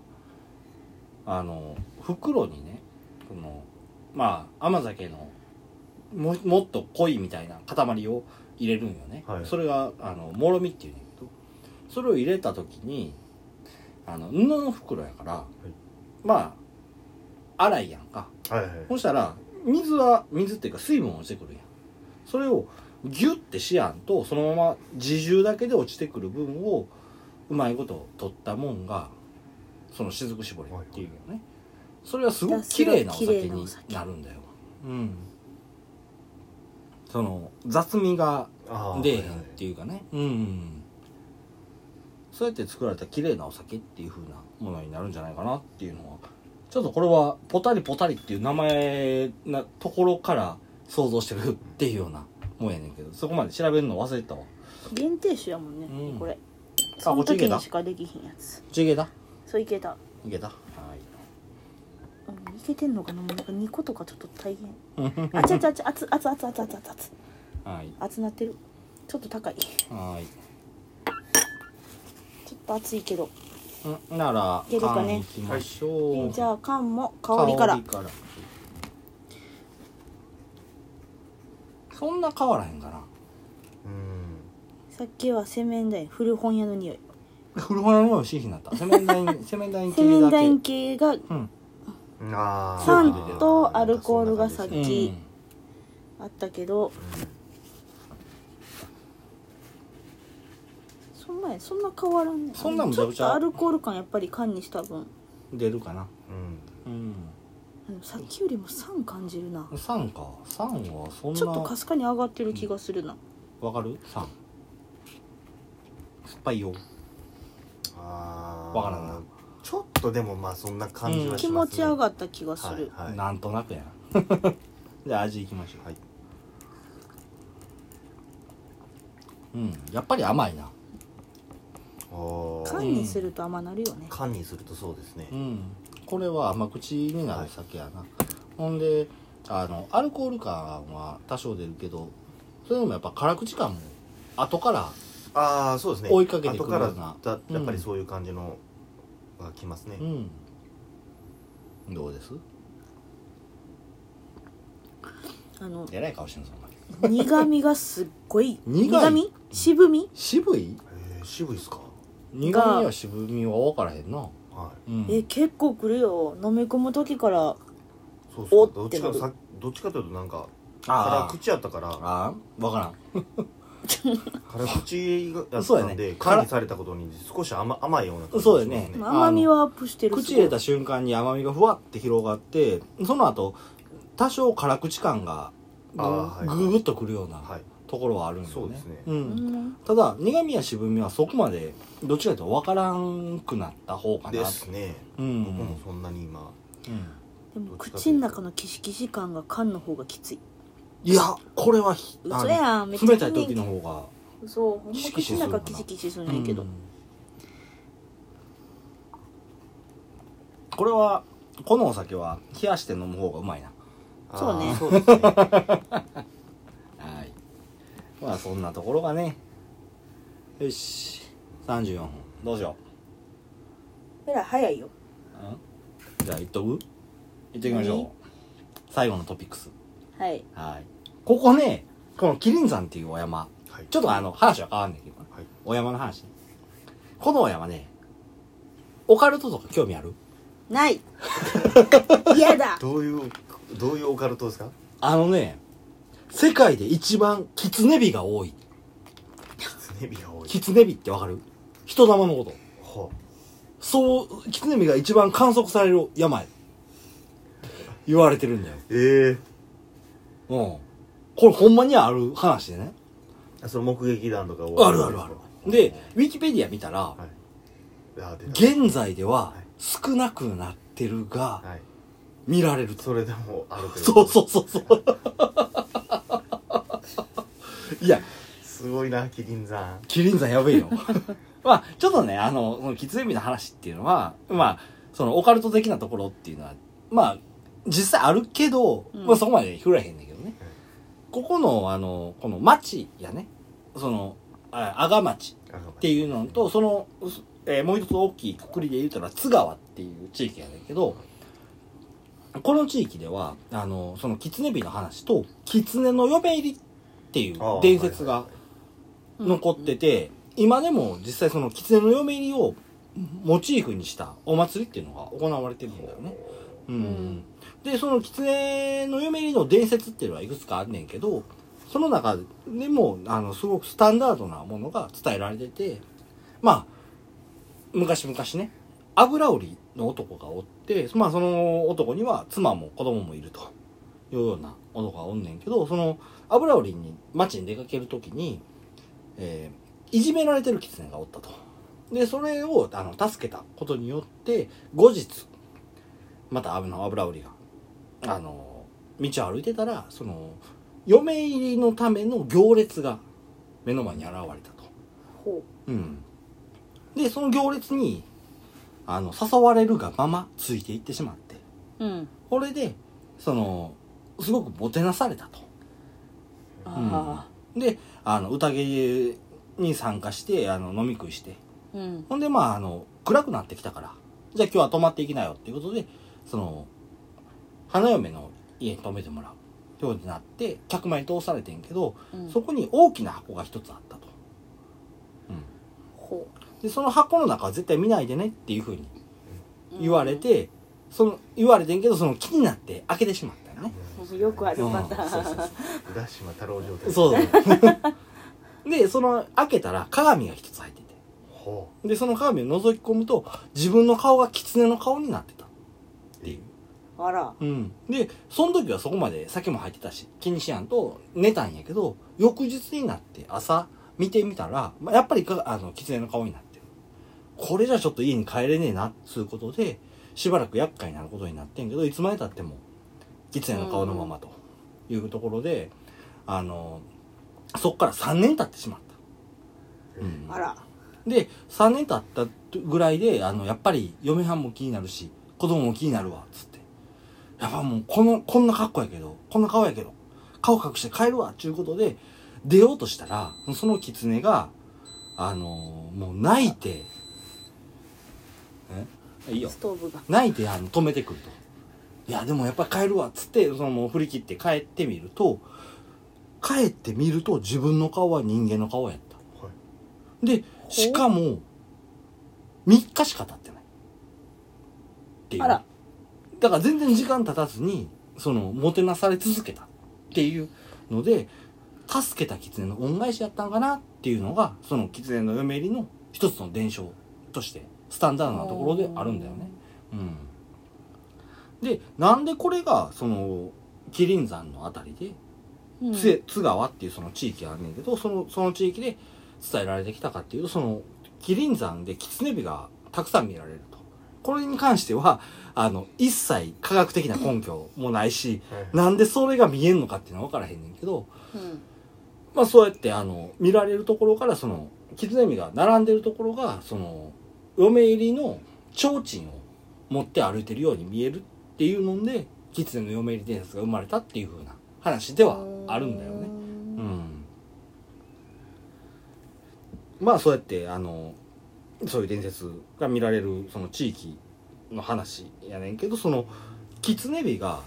あの袋にねこのまあ甘酒のももっと濃いみたいな塊を入れるんよね、
はい
それがあのもろみっていうんだけどそれを入れた時にあの布の袋やから、まあ粗いやんか
はいはい
そしたら水は水っていうか水分落ちてくるやんそれをギュッてしやんとそのまま自重だけで落ちてくる分をうまいこと取ったもんがその雫絞りっていうよねそれはすごく綺麗なお酒になるんだようんその雑味が
ああ
出えへ
はい
ん
はい
っていうかねうんそうやって作られた綺麗なお酒っていう風なものになるんじゃないかなっていうのはちょっとこれは「ポタリポタリ」っていう名前なところから想像してるっていうようなもんやねんけどそこまで調べるの忘れてたわ
限定種やもんね、
うん
これ
あ
そ
こ
の
っち行
時
けた
に
い
しかできひんやつ
けた
そういけた、
いけたは
うん、いけてんのかなもうなんか2個とかちょっと大変
い
あちゃちゃちゃ熱熱熱熱熱熱熱
はい
熱なってるちょっと高いち
はい
ょっと熱いけど、
んなら
いけるかね
缶いきましょう、
えーじゃあ缶も香りから
そんな変わらへんかな
うん
さっきは洗面台古本屋の匂い
古本屋のようにしい日になった洗面台に洗面台に
洗
切り
面
だけ
台系が
うん
ああ
酸とアルコールがさっき
うん
あったけどそんなそんな変わらんね
そんなむちゃくち
あ
ゃ
のょっとアルコール感やっぱり缶にした分
出るかな
うん
うん
あのさっきよりも酸感じるな
酸か酸はそん
ちょっと
な
かすかに上がってる気がするな
わかる酸酸っぱいよ
ああ
わからんな
ちょっとでもまあそんな感じはします、ね
うん
気持ち上
っ
がった気がする、
はい、はい
なんとなくやな [LAUGHS] じゃあ味いきましょう
はい
うんやっぱり甘いな
おー
缶にすると甘なるよね、
缶にするとそうですね
うんこれは甘口になる酒やな、ほんであのアルコール感は多少出るけどそれでもやっぱ辛口感も後から
ああそうですね
追いかけてく
後
る
か
よう
ら
な
だやっぱりそういう感じのがきますね、
うんどうです
あの
えらい顔してんぞお前
苦みがすっごい
苦い
み渋み
渋い
えー、渋いっすか
苦味や渋みは分からへんな、
は
うん
え結構くるよ飲み込む時から
いそう
お
そう
っ
どってちか
なる
さどっちかというとなんか
あ
辛
ー
口やったから
あー分からん
辛口がやっ
そう
た
や
んで、
ね
缶にされたことに少し甘甘いような感じ
そうやね
し
ま
ま
あ
す
甘みはアップしてる
口入れた
し
瞬間に甘みがふわって広がってその後多少辛口感がぐ
あーはい
ぐぐっとくるような
はい
ところはあるんよね
そうですね
ん、ただ苦味や渋みはそこまでどっちかというと分からんくなった方かな
ですね、
う
僕も
ん、
そんなに今
うん、
でも口の中のキシキシ感が缶の方がきつい
いやこれはひあの
嘘やんめっちゃ
冷たい時の方が
そうほんま
キシキシ
口の中キシキシするんやけど、
うんこれはこのお酒は冷やして飲む方がうまいな
そうね
あーそうですね
はいまあそんなところがねよし34分どうしよ
えらい早いよ
うじゃあいっとくいっときまし
はい
ょう最後のトピックス
はい
はいここねこの麒麟山っていうお山
はい
ちょっとあの話は変わんないけどね
はい
お山の話ねこのお山ねオカルトとか興味ある
ない
[LAUGHS]
嫌だ
どういうどういうオカルトですか
あのね、世界で一番キツネビが多い。
キツネビが多い
キツネビってわかる人玉のこと。
ほ
そう、キツネビが一番観測される病。言われてるんだよ。
う
う
え
ん。これほんまにある話でね。
えその目撃談とか
あるあるある。で、ウィキペディア見たら、
はいあ出た
現在ではい少なくなってるが、
はい
見られると。
それでもあるとい
そうそうそうそう。いや、
すごいな麒麟さん
麒麟山やべえよ。 [LAUGHS] まあ、ちょっとね、あの、その喫煙日の話っていうのは、まあ、そのオカルト的なところっていうのは、まあ、実際あるけど、
うん
まあそこまで触らへんねんけどね。ここの、あの、この町やね、その、あ阿賀町っていうのと、その、すえーもう一つ大きいくくりで言うたら津川っていう地域やねんけど、この地域では、あの、その狐火の話と、狐の嫁入りっていう
あー
伝説
はい
が
はい
残ってて、今でも実際その狐の嫁入りをモチーフにしたお祭りっていうのが行われてるんだよね。うん
うん
で、その狐の嫁入りの伝説っていうのはいくつかあんねんけど、その中でも、あの、すごくスタンダードなものが伝えられてて、まあ、昔々ね、油売りの男がおって、まあその男には妻も子供もいるというような男がおんねんけど、その油売りに街に出かけるときに、えーいじめられてる狐がおったと。で、それをあの助けたことによって、後日、またあの油売りが、あの、道を歩いてたら、その、嫁入りのための行列が目の前に現れたと。
ほ
うん。で、その行列に、あの、誘われるがままついていってしまって。
ううん
これで、その、すごくもてなされたと。
あ
で、あの、宴に参加して、あの、飲み食いして。
あうん
ほんで、まあ、あの、暗くなってきたから、じゃあ今日は泊まっていきなよっていうことで、その、花嫁の家に泊めてもらう。ってことになって、客前に通されてんけど、
うん
そこに大きな箱が一つあったと。うん。
ほ
でその箱の中は絶対見ないでねっていうふうに
う
言われて、その言われてんけどその気になって開けてしまったよね、
うんよくあるパタ
うんそうそう
ーン
浦島太郎状態
そううだねでその開けたら鏡が一つ入ってて
ほ
でその鏡を覗き込むと自分の顔が狐の顔になってたっていう、
あら
うん、でその時はそこまで酒も入ってたし気にしやんと寝たんやけど翌日になって朝見てみたら、まあ、やっぱりかあの狐の顔になってるこれじゃちょっと家に帰れねえなっつうことでしばらく厄介になることになってんけどいつまでたっても狐の顔のままというところで、あのそっから3年経ってしまった、うん
あら
で3年経ったぐらいであのやっぱり嫁はんも気になるし子供も気になるわっつってやっぱもうこのこんな格好やけどこんな顔やけど顔隠して帰るわっちゅうことで出ようとしたらその狐があのもう泣いてえいいよ
ストーブが
泣いてあの止めてくると。いや、でもやっぱり帰るわっつって、そのもう振り切って帰ってみると、帰ってみると自分の顔は人間の顔やった。
は
で、しかも、3日しか経ってない。っていう。
あら
だから全然時間経たずに、その、もてなされ続けたっていうので、助けた狐の恩返しやったんかなっていうのが、その狐の嫁入りの一つの伝承として、スタンダードなところであるんだよね。うん。で、なんでこれが、その、麒麟山のあたりで、
うん
つ津川っていうその地域があるんねんけどそのその地域で伝えられてきたかっていうとその麒麟山で狐火がたくさん見られるとこれに関してはあの一切科学的な根拠もないし
いはい
なんでそれが見えんのかっていうのは分からへんねんけど、
うん
まあ、そうやってあの見られるところからその狐火が並んでるところがその嫁入りの提灯を持って歩いてるように見えるっていうので狐の嫁入り伝説が生まれたっていうふうな話ではあるんだよね。うん、まあそうやってあのそういう伝説が見られるその地域の話やねんけどその狐火が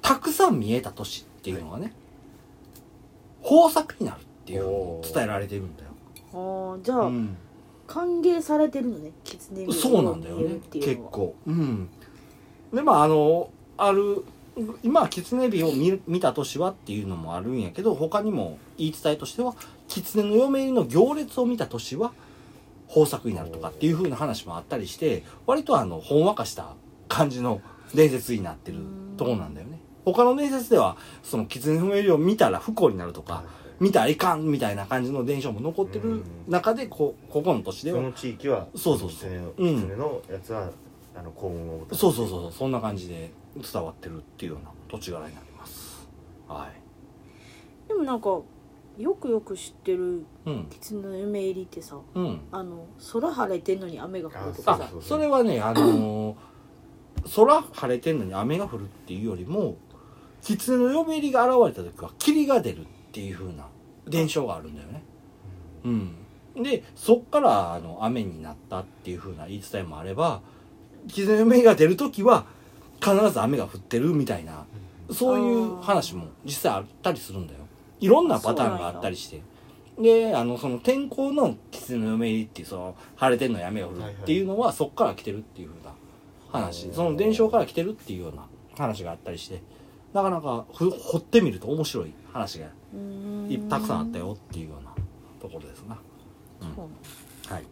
たくさん見えた年っていうのがね、豊作になるっていうのを伝えられてるんだよ。
ああじゃ
う
あ
ん
歓迎されてるのね狐に
そうなんだよ
見える
ね
ってい
結
うのは
構うんでまああのある今は狐火を見見た年はっていうのもあるんやけど他にも言い伝えとしては狐の嫁入りの行列を見た年は豊作になるとかっていう風な話もあったりして割とあのほんわかした感じの伝説になってるところなんだよね他の伝説ではその狐の嫁入りを見たら不幸になるとか
はい
見たらいかんみたいな感じの伝承も残ってる中でこここの年で
そ
は
の地域は
そうそうそう
狐の
うん
狐のやつはあの幸運を持た
そうそうそうそうそんな感じで伝わってるっていうような土地柄になりますは
でもなんかよくよく知ってる
いうん
狐の嫁入りってさ
うん
あの空晴れてんのに雨が降るとか
あ
さ
そうそ
そ
う
れはねあのー空晴れてんのに雨が降るっていうよりも狐の嫁入りが現れた時は霧が出るっていう風な伝承があるんだよねうんでそっからあの雨になったっていう風な言い伝えもあれば狐の嫁入りが出る時は必ず雨が降ってるみたいなそういう話も実際あったりするんだよいろんなパターンがあったりしてであのその天候の狐の嫁入りっていうその晴れてんのに雨が降るっていうのはそっから来てるっていう風な話その伝承から来てるっていうような話があったりしてなかなかふ掘ってみると面白い話が
うー
いたくさんあったよっていうようなところですな
そう
はい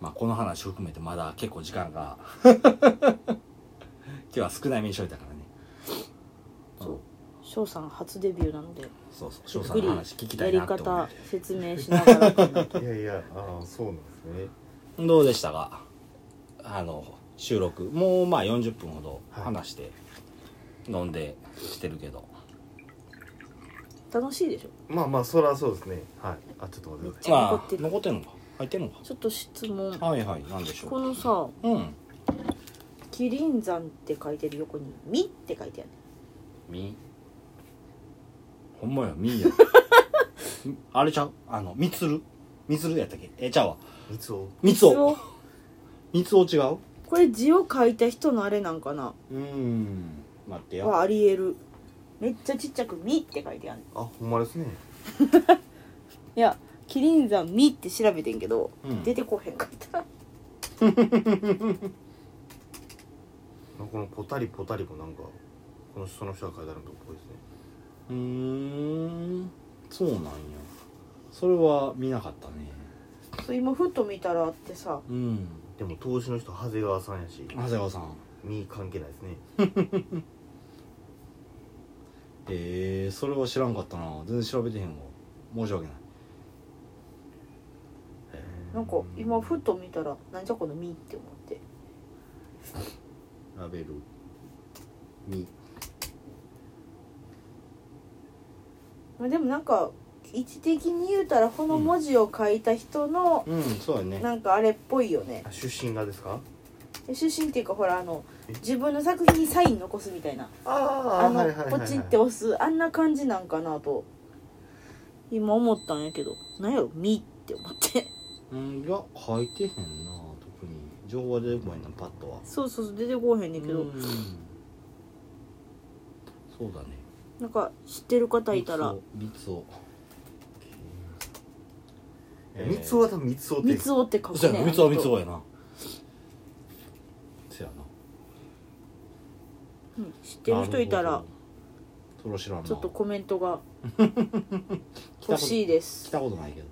まあこの話を含めてまだ結構時間が [LAUGHS] 今日は少なめにしといたからね
そう翔さん初デビューなので
そうそう
ゆ
翔
っ
さ
く
ん
り
の話聞きた
や
い
り
なって思っ
方
て
説明しながらかなと
いやいやああそうなんですね
どうでしたかあの収録もうまあ40分ほど話して、飲んでしてるけど
楽しいでしょ
まあまあそらそうですねはいあちょっと待ってください
ま
残っ
あ
てる
残ってんのか入ってんのか
ちょっと質問
はいはいなんでしょ
こ
う
のさ
うん
「麒麟山」って書いてる横に「み」って書いてある
みほんまやみ [LAUGHS] やあれちゃうあのみつるみつるやったっけえちゃうわ
三つを
みつおみつお違う
これ字を書いた人のあれなんかな
うん待ってよ
はありえるめっちゃちっちゃく「み」って書いてある
あほんまですね
いや「麒麟山み」って調べてんけど、
うん
出てこへんかった [LAUGHS]
このポタリポタリもなんかこの人その人が書いてあるのとこですね
うーんそうなんやそれは見なかったね
そう今ふと見たらあってさ
うん
でも投資の人長谷川さんやし
長谷川さん
身関係ないですね
えー、それは知らんかったな全然調べてへんわ申し訳ない
なんか今ふと見たらなんじゃこの「み」って思って
ラベルみ
まあでもなんか位置的に言うたらこの文字を書いた人の
うんそうだね
なんかあれっぽいよね
あ出身がですか
で出身っていうかほらあの
え
自分の作品にサイン残すみたいな
ああ
あのポチって押すあんな感じなんかなと今思ったんやけどなんやろ「み」って思って [LAUGHS]
うんいや書いてへんな特に情報は出てこへんなパッとは
そうそうそう出てこうへんねんけ
う
ど、
んそうだね
なんか知ってる方いたら
三つを
三つおは多分三つお
「
って
みつお」って書く
そ
ね
やな三つお三つおやなそやな
うん知ってる人いた
な
ら
ほどそれは知らんな
ちょっとコメントが
来た
欲
こと
しいです
来たことないけど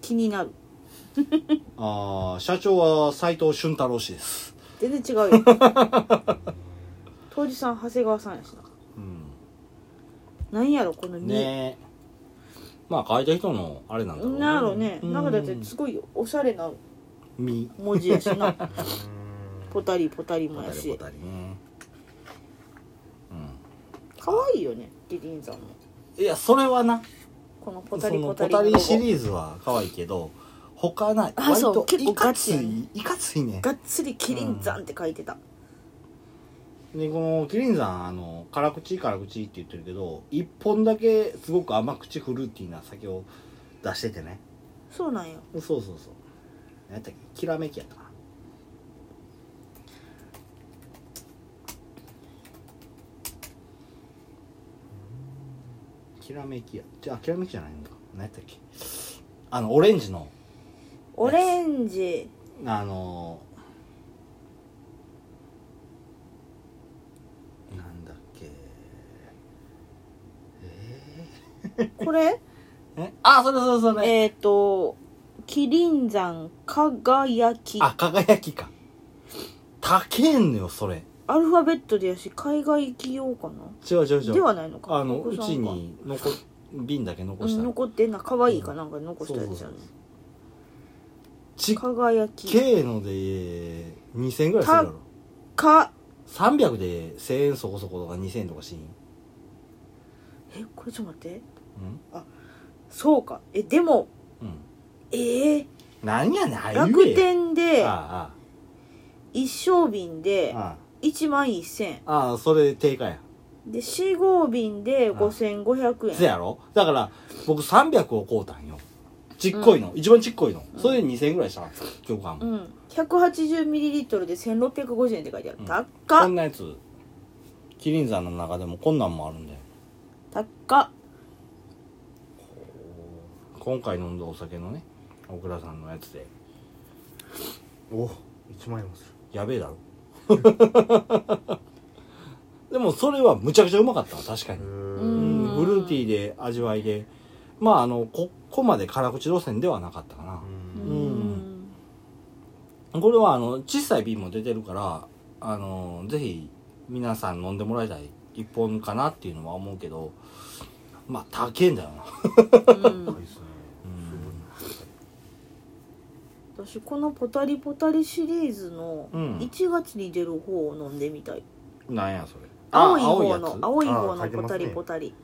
気になる
ああ社長は斎藤俊太郎氏です
全然違うよ [LAUGHS] 当時さん長谷川さんやしな
うん
なんやろこの「み」
ねえまあ書いた人のあれなんだろう
なんやろね、
うん
なんかだってすごいおしゃれな
み
文字やし
[LAUGHS]
なポ
う
タリポタリ
ポ
もや
タリポ
し
タリね
可愛いよねリリンさんも
うんいやそれはな
このポ
そ
タリポ
の
タ
ポ
リの
タ
ロ
リ
ゴ
シリーズは可愛いけど他ない
あ
割
そう
と
結構
い
ガ
か
チ
つ
やね
いいかついね
がっつりキリンザンって書いてた、
でこのキリンさんあの辛口辛口って言ってるけど一本だけすごく甘口フルーティーな酒を出しててね
そうなんよ
そうそうそう何やったっけきらめきやったかなきらめきやじゃあきらめきじゃないのか何やったっけあのオレンジの
オレンジ
あのなんだっけ
これ
えあそれそれそれ、
えっとキリンザン輝き
あ輝きか高えんのよそれ
アルファベットでやし海外企業かな
違う違う違う
ではないのか
あのう
国産
ち
か
に残っ瓶だけ残したの、
残ってんな可愛いかなんか残したやつやね
そうそうちっ
輝き
けえので2000円ぐらいするやろ
か
300で1000円そこそことか2000円とかしん、うん
えこれちょっと待ってそうかえでも
うん、
えー、
何やねんああいう
楽天で
あ
一升瓶
あ
で
ああ
1万1000円
ああそれ定価や
で4合瓶で5500円
せやろだから僕300を買うたんよちっこいの、一番ちっこいのそれで2000円ぐらいしたの今日
う
間
ん、180ml で1650円って書いてある、
うん
高
こ
っ
んなやつ麒麟山の中でもこんなんもあるんだよ
高っ
今回飲んだお酒のね小倉さんのやつで
お一1万円もする
やべえだろ [LAUGHS] でもそれはむちゃくちゃうまかったわ確かに
う
うん
うん
フルーティーで味わいでまああのここまで辛口路線ではなかったかな、
うん、
これはあの小さい瓶も出てるからあのぜひ皆さん飲んでもらいたい一本かなっていうのは思うけどまあ高えんだよな
うん [LAUGHS]
高いですね
私このポタリポタリシリーズの
うん
1月に出る方を飲んでみたい、
なんやそれ
青い方の
青いや
青い方
あ書
の
いて
ポ
ます
タ
ね
リポタリ、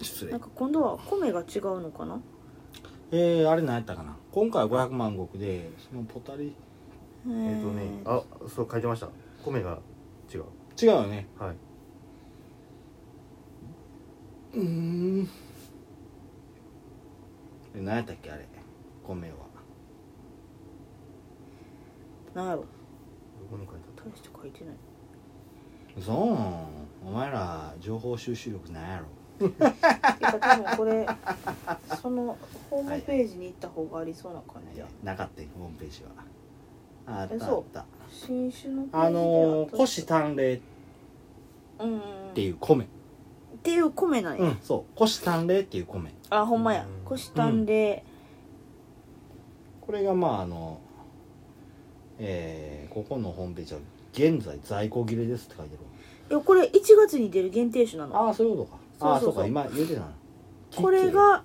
つ失
な
礼
んか今度は米が違うのかな
えー、あれ何やったかな今回は500万石でそのポタリ
えっ、
えっとねあそう書いてました米が違う
違うよね
はい
うん何やったっけあれ米は
なんやろ
どこに書いてあっ
大して書いてない
そうお前ら情報収集力なんやろ
てか多分これそのホームページに行った方がありそうな感じや、
なかったよホームページはあった
え
あ
そ
っ
う
た
新種のページで
あの
った
ー、虎視眈麗っ
うんうんうん
ていう米
っていう米なんや、
うんそう虎視眈麗っていう米
あほんまや
うん
虎視眈麗
これがまああのえー、ここのホームページは現在在庫切れですって書いてる
いやこれ1月に出る限定種なの
わああそういうことかああ
そ
そう
そう
う
そう
か今言うてたな
これが
は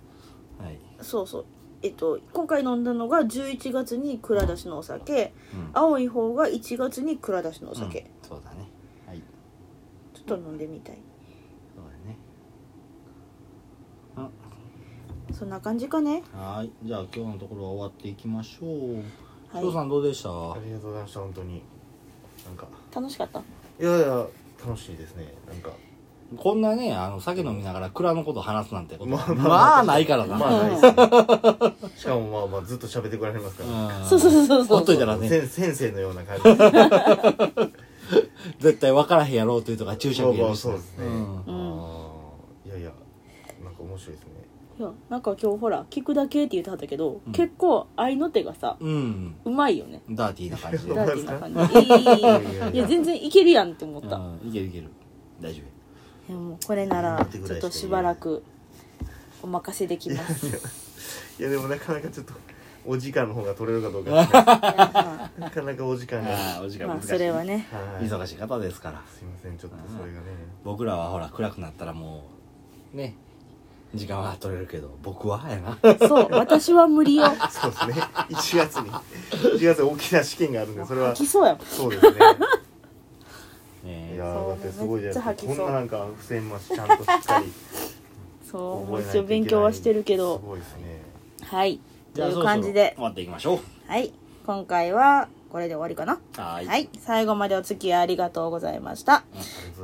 い、
そうそうえっと今回飲んだのが11月に蔵出しのお酒
うん、
青い方が1月に蔵出しのお酒、
うんそうだねはい
ちょっと飲んでみたい
そうだね
そんな感じかね
はーいじゃあ今日のところは終わっていきましょう
は
翔
い
さんどうでした、
たありがとうございました本当になんか
楽しかった
いやいや楽しいですねなんか
こんなねあの酒飲みながら蔵のこと話すなんてこと
ま
ま
あ
あ、
まあ
ないからな、
まあないですねしかもまあまあずっと喋ってくられますから
うん
[LAUGHS] そうそうそうそう
ほっといたらね
先先生のような感じ
絶対分からへんやろうというとか注釈入れるし
そうですね
ん
あ
うん
ーいやいやなんか面白いですね
いやなんか今日ほら聞くだけって言ってはったけど、
うん
結構合いの手がさ
うん
うまいよね
ダーティーな感じで、
ダーティーな感じ
や
いいいいい
い
い
やいや
いや全然いけるやんって思った、
うん、いけるいける大丈夫
でもこれならちょっとしばらくお任せできます
いやでもなかなかちょっとお時間の方が取れるかどうか
ま
なかなかお時間が
ああお時間
あ
難しい、
それはね
はい
忙しい方ですから
すいませんちょっとそれがね
僕らはほら暗くなったらもうね時間は取れるけど僕はやな
そう私は無理よ
そうですね1月に1月に大きな試験があるんでそれは
吐きそうやもん
そうですねい
え
や
ー
ーだってすごいじゃないです
めっちゃ吐きそう
かこんななんか付箋もちゃんとしっかり
そうも
覚
う
えないと
[LAUGHS] 一応
いけない
勉強はしてるけ
す
ど
ごいですね
はいと
じゃあ
い
そうろそろ
感じで
終わっていきましょう
はい今回はこれで終わりかな
は
はい最後までお付き合いありがとうございました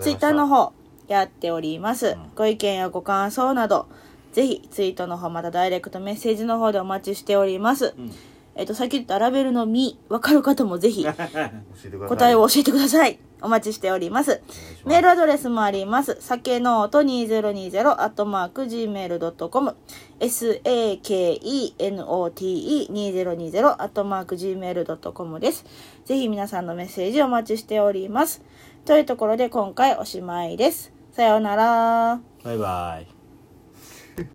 ツイッターの
方
方やっております、
ん
ご意見やご感想などぜひツイートの方またダイレクトメッセージの方でお待ちしております、
ん
えっとさっき言ったラベルの「み」わかる方もぜ
[LAUGHS]
ひ
教えてください
答えを教えてくださいお待ちしておりますメールアドレスもあります酒ノート2020アットマーク Gmail.com sakenote2020 アットマーク Gmail.com ですぜひ皆さんのメッセージお待ちしておりますというところで今回おしまいですさようなら
バイバイ